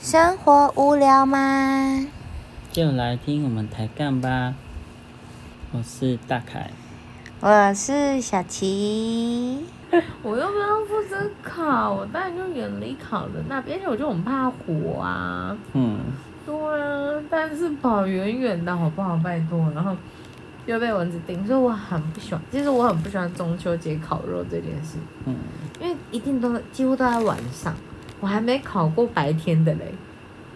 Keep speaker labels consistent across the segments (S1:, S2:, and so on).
S1: 生活无聊吗？
S2: 就来听我们抬杠吧。我是大凯，
S1: 我是小琪。
S3: 我又不用负责烤，我当然就远离烤的那边，而且我就很怕火啊。
S2: 嗯，
S3: 对啊，但是跑远远的好不好？拜托，然后又被蚊子叮，所以我很不喜欢。其实我很不喜欢中秋节烤肉这件事，
S2: 嗯，
S3: 因为一定都几乎都在晚上，我还没烤过白天的嘞，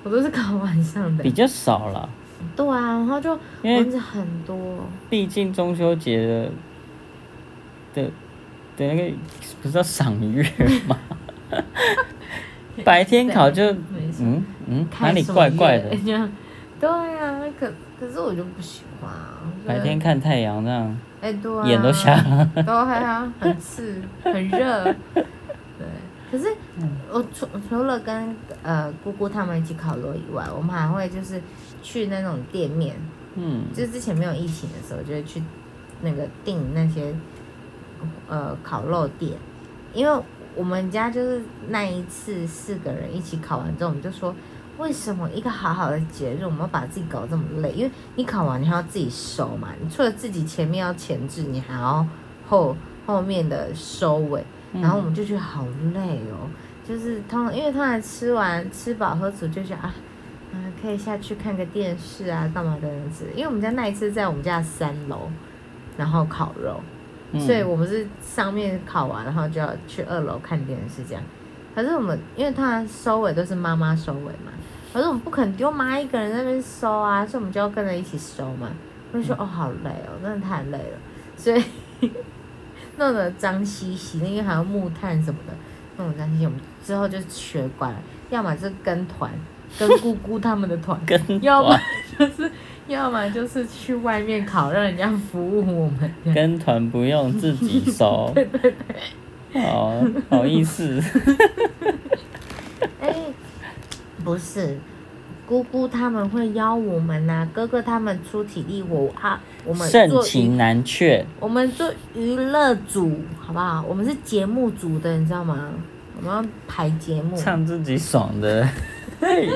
S3: 我都是烤晚上的
S2: 比。较少了，
S3: 对啊，然后就
S2: 因为
S3: 蚊子很多。
S2: 毕竟中秋节的的的那个不是叫赏月 吗？白天烤就
S3: 没事。
S2: 嗯嗯哪
S3: 开
S2: 里
S3: 什么
S2: 怪怪
S3: 业
S2: 的，
S3: 对啊，可可是我就不喜欢啊。我觉得
S2: 白天看太阳这样
S3: 哎、对啊，
S2: 眼都瞎了。
S3: 对啊，很刺，很热。对，可是
S2: 嗯
S3: 我除除了跟呃姑姑他们一起烤肉以外，我们还会就是去那种店面，
S2: 嗯，
S3: 就是之前没有疫情的时候，就会去那个订那些呃烤肉店，因为我们家就是那一次四个人一起烤完之后，我们就说。为什么一个好好的节日，我们要把自己搞这么累？因为你烤完你还要自己收嘛，你除了自己前面要前置，你还要后后面的收尾，
S2: 嗯
S3: 然后我们就觉得好累哦。就是通常因为通常吃完吃饱喝足就想啊，嗯，可以下去看个电视啊，干嘛的样子。因为我们家那一次在我们家的三楼，然后烤肉，
S2: 嗯
S3: 所以我们是上面烤完，然后就要去二楼看电视这样。可是我们因为通常收尾都是妈妈收尾嘛，可是我们不肯丢妈一个人在那边收啊，所以我们就要跟着一起收嘛。我就说
S2: 嗯
S3: 哦，好累哦，真的太累了，所以 弄得脏兮兮，因为还有木炭什么的，弄得脏兮兮。我们之后就学乖了，要么就跟团，跟姑姑他们的团
S2: ，跟
S3: 要么
S2: 团
S3: 就是要么就是去外面烤，让人家服务我们。
S2: 跟团不用自己 收，好好意思，
S3: 哎、不是，姑姑他们会邀我们呐、哥哥他们出体力活啊， 我们
S2: 盛
S3: 做娱
S2: 情难却。
S3: 我们做娱乐组好不好？我们是节目组的，你知道吗？我们要排节目。
S2: 唱自己爽 的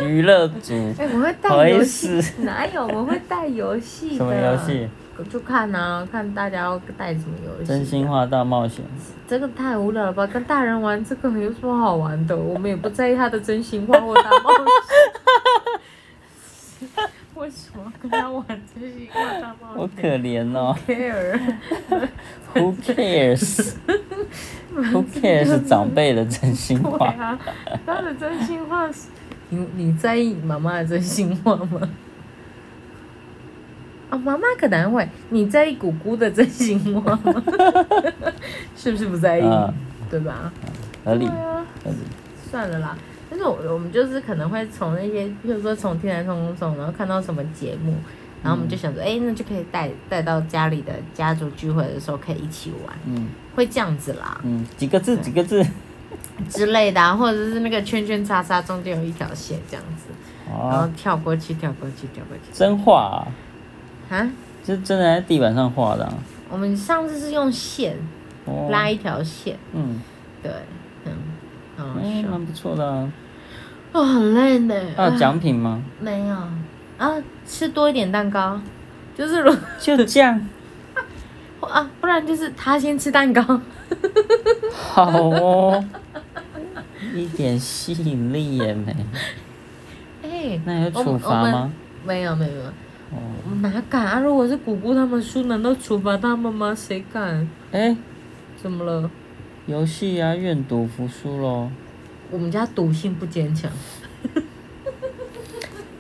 S2: 娱乐组，
S3: 哎、我会
S2: 不好
S3: 带
S2: 意
S3: 游戏，
S2: 思
S3: 哪有？我会带游戏
S2: 什
S3: 的。
S2: 么游戏？？
S3: 就看啊，看大家要带什么游戏。
S2: 真心话大冒险，
S3: 这个太无聊了吧？跟大人玩这个有什么好玩的？我们也不在意他的真心话或大冒险。为什么跟他玩真心话大
S2: 我
S3: 冒
S2: 可
S3: 险
S2: 怜 哦。
S3: ？care，
S2: Who cares？Who cares 是长辈的真心
S3: 对
S2: 话？
S3: 啊，他的真心话是，你你在意妈妈的真心话吗？ 啊、妈妈可能会，你在意姑姑的真心话吗？ 是不是不在意？
S2: 嗯
S3: 对吧？
S2: 合理
S3: 对，啊。
S2: 合理。
S3: 算了啦。但是我我们就是可能会从那些，比如说从天然冲冲冲，然后看到什么节目，然后我
S2: 嗯
S3: 们就想说，哎、那就可以带带到家里的家族聚会的时候可以一起玩，
S2: 嗯
S3: 会这样子啦
S2: 嗯，几个字，几个字。
S3: 之类的、啊，或者是那个圈圈叉叉中间有一条线这样子，然后
S2: 哦，
S3: 跳过去，跳过去，跳过去。
S2: 真画、啊，
S3: 啊，
S2: 是真的在地板上画的、啊。
S3: 我们上次是用线
S2: 哦，
S3: 拉一条线，
S2: 嗯，
S3: 对，嗯，嗯，
S2: 哎、
S3: 是哦
S2: 蛮不错的啊。
S3: 哦，很累呢。
S2: 还有奖品吗？
S3: 没有啊，吃多一点蛋糕，就是如。
S2: 就这样，
S3: 啊，不然就是他先吃蛋糕。
S2: 好哦，一点吸引力也没。
S3: 哎、
S2: 那有
S3: 我们
S2: 处罚？
S3: 我们
S2: 吗？
S3: 没有没有没有，
S2: 哦。
S3: 我哪敢啊！如果是姑姑他们输，难道处罚他们吗？谁敢？
S2: 哎、
S3: 怎么了？
S2: 游戏啊，愿赌服输咯，
S3: 我们家赌性不坚强。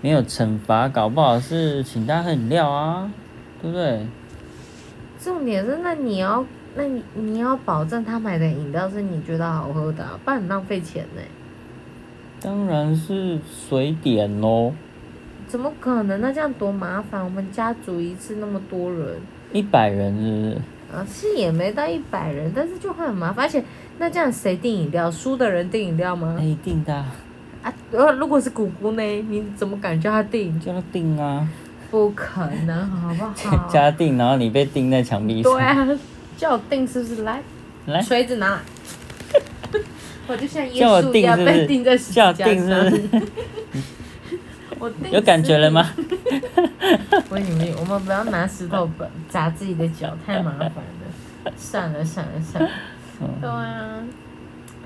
S2: 没有惩罚，搞不好是请大家喝饮料啊，对不对？
S3: 重点是，那你要，那你你要保证他买的饮料是你觉得好喝的啊、不然很浪费钱呢、
S2: 当然是随点咯，
S3: 怎么可能？那这样多麻烦！我们家族一次那么多人，
S2: 一百人是不是？
S3: 啊，是也没到一百人，但是就会很麻烦。而且，那这样谁订饮料？输的人订饮料吗？
S2: 那一定的啊，
S3: 啊，呃，如果是姑姑呢？你怎么敢叫他订？
S2: 就要定啊，
S3: 不可能，好不好？
S2: 加定，然后你被钉在墙壁上。
S3: 哦对啊，叫我订是不是？来，
S2: 来，
S3: 锤子拿来。我就像耶
S2: 叫我
S3: 稣一
S2: 定
S3: 样
S2: 是不
S3: 被钉在
S2: 是？
S3: 十字
S2: 叫
S3: 架
S2: 我定是
S3: 上。
S2: 不是？你
S3: 我定
S2: 有感觉了吗？
S3: 我以为我们不要拿石头本砸自己的脚，太麻烦了。算了算了算了，对啊，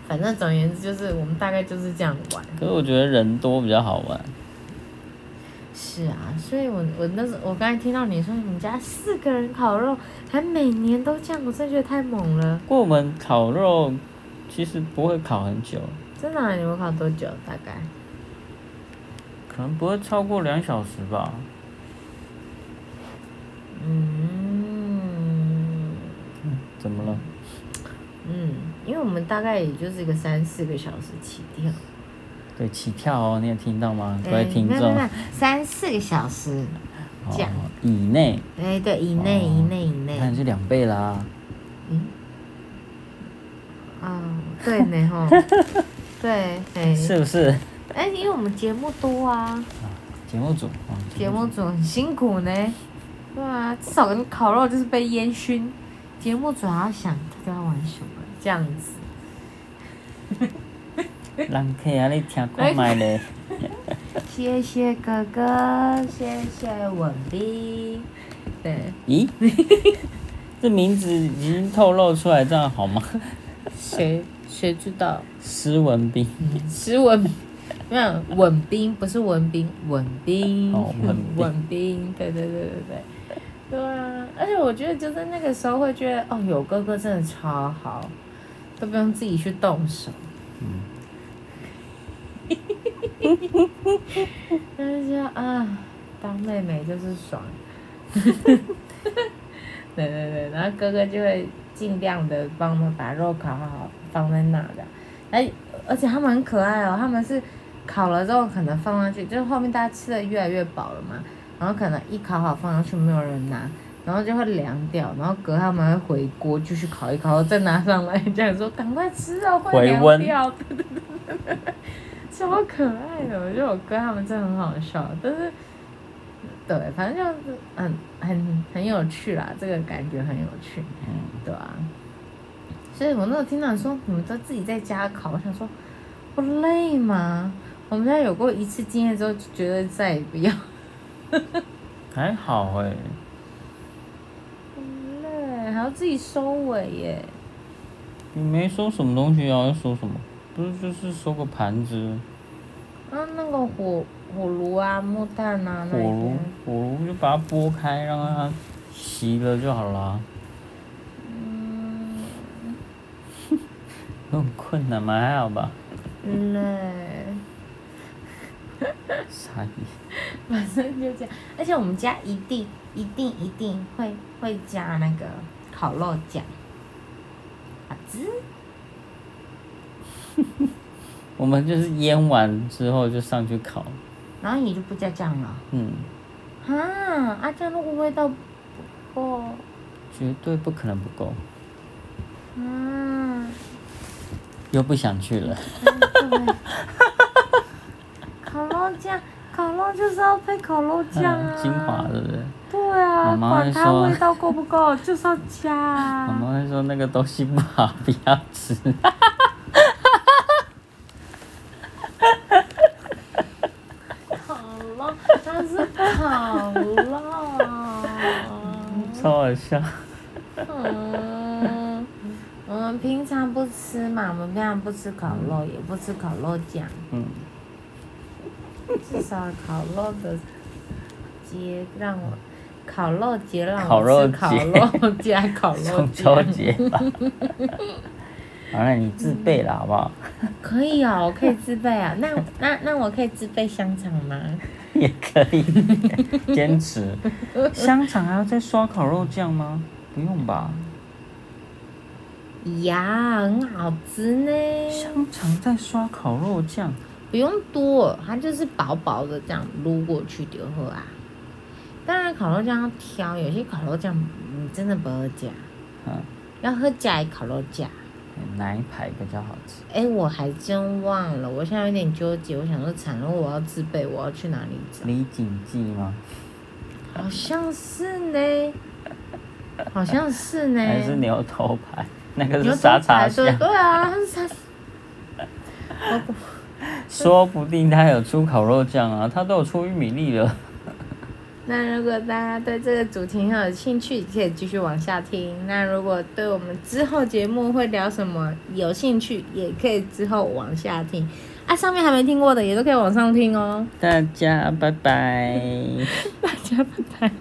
S3: 反正总而言之就是我们大概就是这样玩。
S2: 可是我觉得人多比较好玩。
S3: 是啊，所以我我那时候我刚才听到你说你们家四个人烤肉，还每年都这样，我真的觉得太猛了。
S2: 不过我们烤肉其实不会烤很久，
S3: 真的、啊，你们烤多久？大概
S2: 可能不会超过两小时吧。
S3: 嗯
S2: 嗯，怎么了？
S3: 嗯，因为我们大概也就是一个三四个小时起跳。
S2: 对，起跳哦，你有听到吗？各位
S3: 哎
S2: 听
S3: 没有
S2: 众
S3: 没有，没有三四个小时，这样
S2: 哦以内，
S3: 哎，对，以内以内以内，
S2: 哦那你是两倍啦。
S3: 嗯，哦，对 呢吼，对，哎，
S2: 是不是？哦
S3: 哎，因为我们节目多啊，
S2: 节目组啊，
S3: 节目组很辛苦呢，对啊，至少你烤肉就是被烟熏，节目组还要想大家玩什么这样子，
S2: 人客啊，你听看卖咧，
S3: 谢谢哥哥，谢谢文斌，对，
S2: 咦， 这名字已经透露出来，这样好吗？
S3: 谁谁知道？
S2: 施文斌，
S3: 是文，没有稳兵，不是文兵，稳兵，
S2: 哦稳兵
S3: 稳兵，对对对对对，对啊！而且我觉得就是那个时候会觉得，哦，有哥哥真的超好，都不用自己去动手。嗯，就是说啊，当妹妹就是爽。 对对对，然后哥哥就会尽量的帮我们把肉烤好，放在那的。哎，而且他们很可爱哦，他们是烤了之后可能放上去，就是后面大家吃的越来越饱了嘛，然后可能一烤好放上去没有人拿，然后就会凉掉，然后隔他们会回锅继续烤一烤，再拿上来，这样说赶快吃 哦，会
S2: 回
S3: 凉
S2: 温
S3: 掉，对对对对对， 超可爱的，我觉得我哥他们真的很好笑，但是。对，反正就是很很很有趣啦，这个感觉很有趣，
S2: 嗯
S3: 对啊。所以我那时候听到你说你们都自己在家烤，我想说不累吗？我们家有过一次经验之后，就觉得再也不要。
S2: 还好哎、
S3: 很累，还要自己收尾耶。
S2: 你没收什么东西啊？要收什么？不是就是收个盘子、
S3: 啊，那个火火炉啊、木炭啊那
S2: 火炉
S3: 些，，
S2: 火炉就把它拨开，让它熄了就好啦。
S3: 嗯，
S2: 有很困难吗？还好吧。
S3: 累。
S2: 傻眼。
S3: 反正就这样。而且我们家一定一定一定会会加那个烤肉酱，好吃。
S2: 我们就是腌完之后就上去烤，
S3: 然后你就不加酱了，
S2: 嗯，
S3: 啊啊酱如果味道不够，
S2: 绝对不可能不够，
S3: 啊，
S2: 又不想去了。
S3: 对，烤肉酱。烤肉就是要配烤肉酱 啊，
S2: 嗯精华对不对？
S3: 对啊，
S2: 妈妈
S3: 管
S2: 会
S3: 它
S2: 说
S3: 味道够不够，就是要加啊。
S2: 妈妈会说那个东西不好，不要 吃。
S3: 烤 肉，嗯它是烤肉。
S2: 超好笑。
S3: 嗯，我们平常不吃嘛，我们平常不吃烤肉，也不吃烤肉酱，
S2: 嗯，
S3: 至少烤肉的节让我烤肉节让
S2: 烤
S3: 我
S2: 肉
S3: 吃烤
S2: 节
S3: 肉加烤肉
S2: 中秋
S3: 酱，
S2: 节 吧。好了，你自备了好不好？
S3: 可以哦，我可以自备啊。 那那那我可以自备香肠吗？
S2: 也可以，坚持。香肠还要再刷烤肉酱吗？不用吧。
S3: 呀，很好吃呢，
S2: 香肠再刷烤肉酱，
S3: 不用多，它就是薄薄的这样撸过去就好啊。当然烤肉酱要挑，有些烤肉酱你真的不好加。
S2: 嗯，
S3: 要喝假烤肉架。
S2: 哪一排比较好吃？
S3: 哎，我还真忘了，我现在有点纠结。我想说，惨了，我要自备，我要去哪里找？
S2: 李锦记吗？
S3: 好像是呢，好像是呢。
S2: 还是牛头牌？那个
S3: 嗯牛
S2: 是
S3: 头
S2: 沙茶
S3: 牌对
S2: 酱。
S3: 对啊，它是沙。我
S2: 说不定他有出烤肉酱啊，他都有出玉米粒了。
S3: 那如果大家对这个主题很有兴趣，可以继续往下听。那如果对我们之后节目会聊什么有兴趣，也可以之后往下听。啊，上面还没听过的也都可以往上听哦。
S2: 大家拜拜。
S3: 大家拜拜。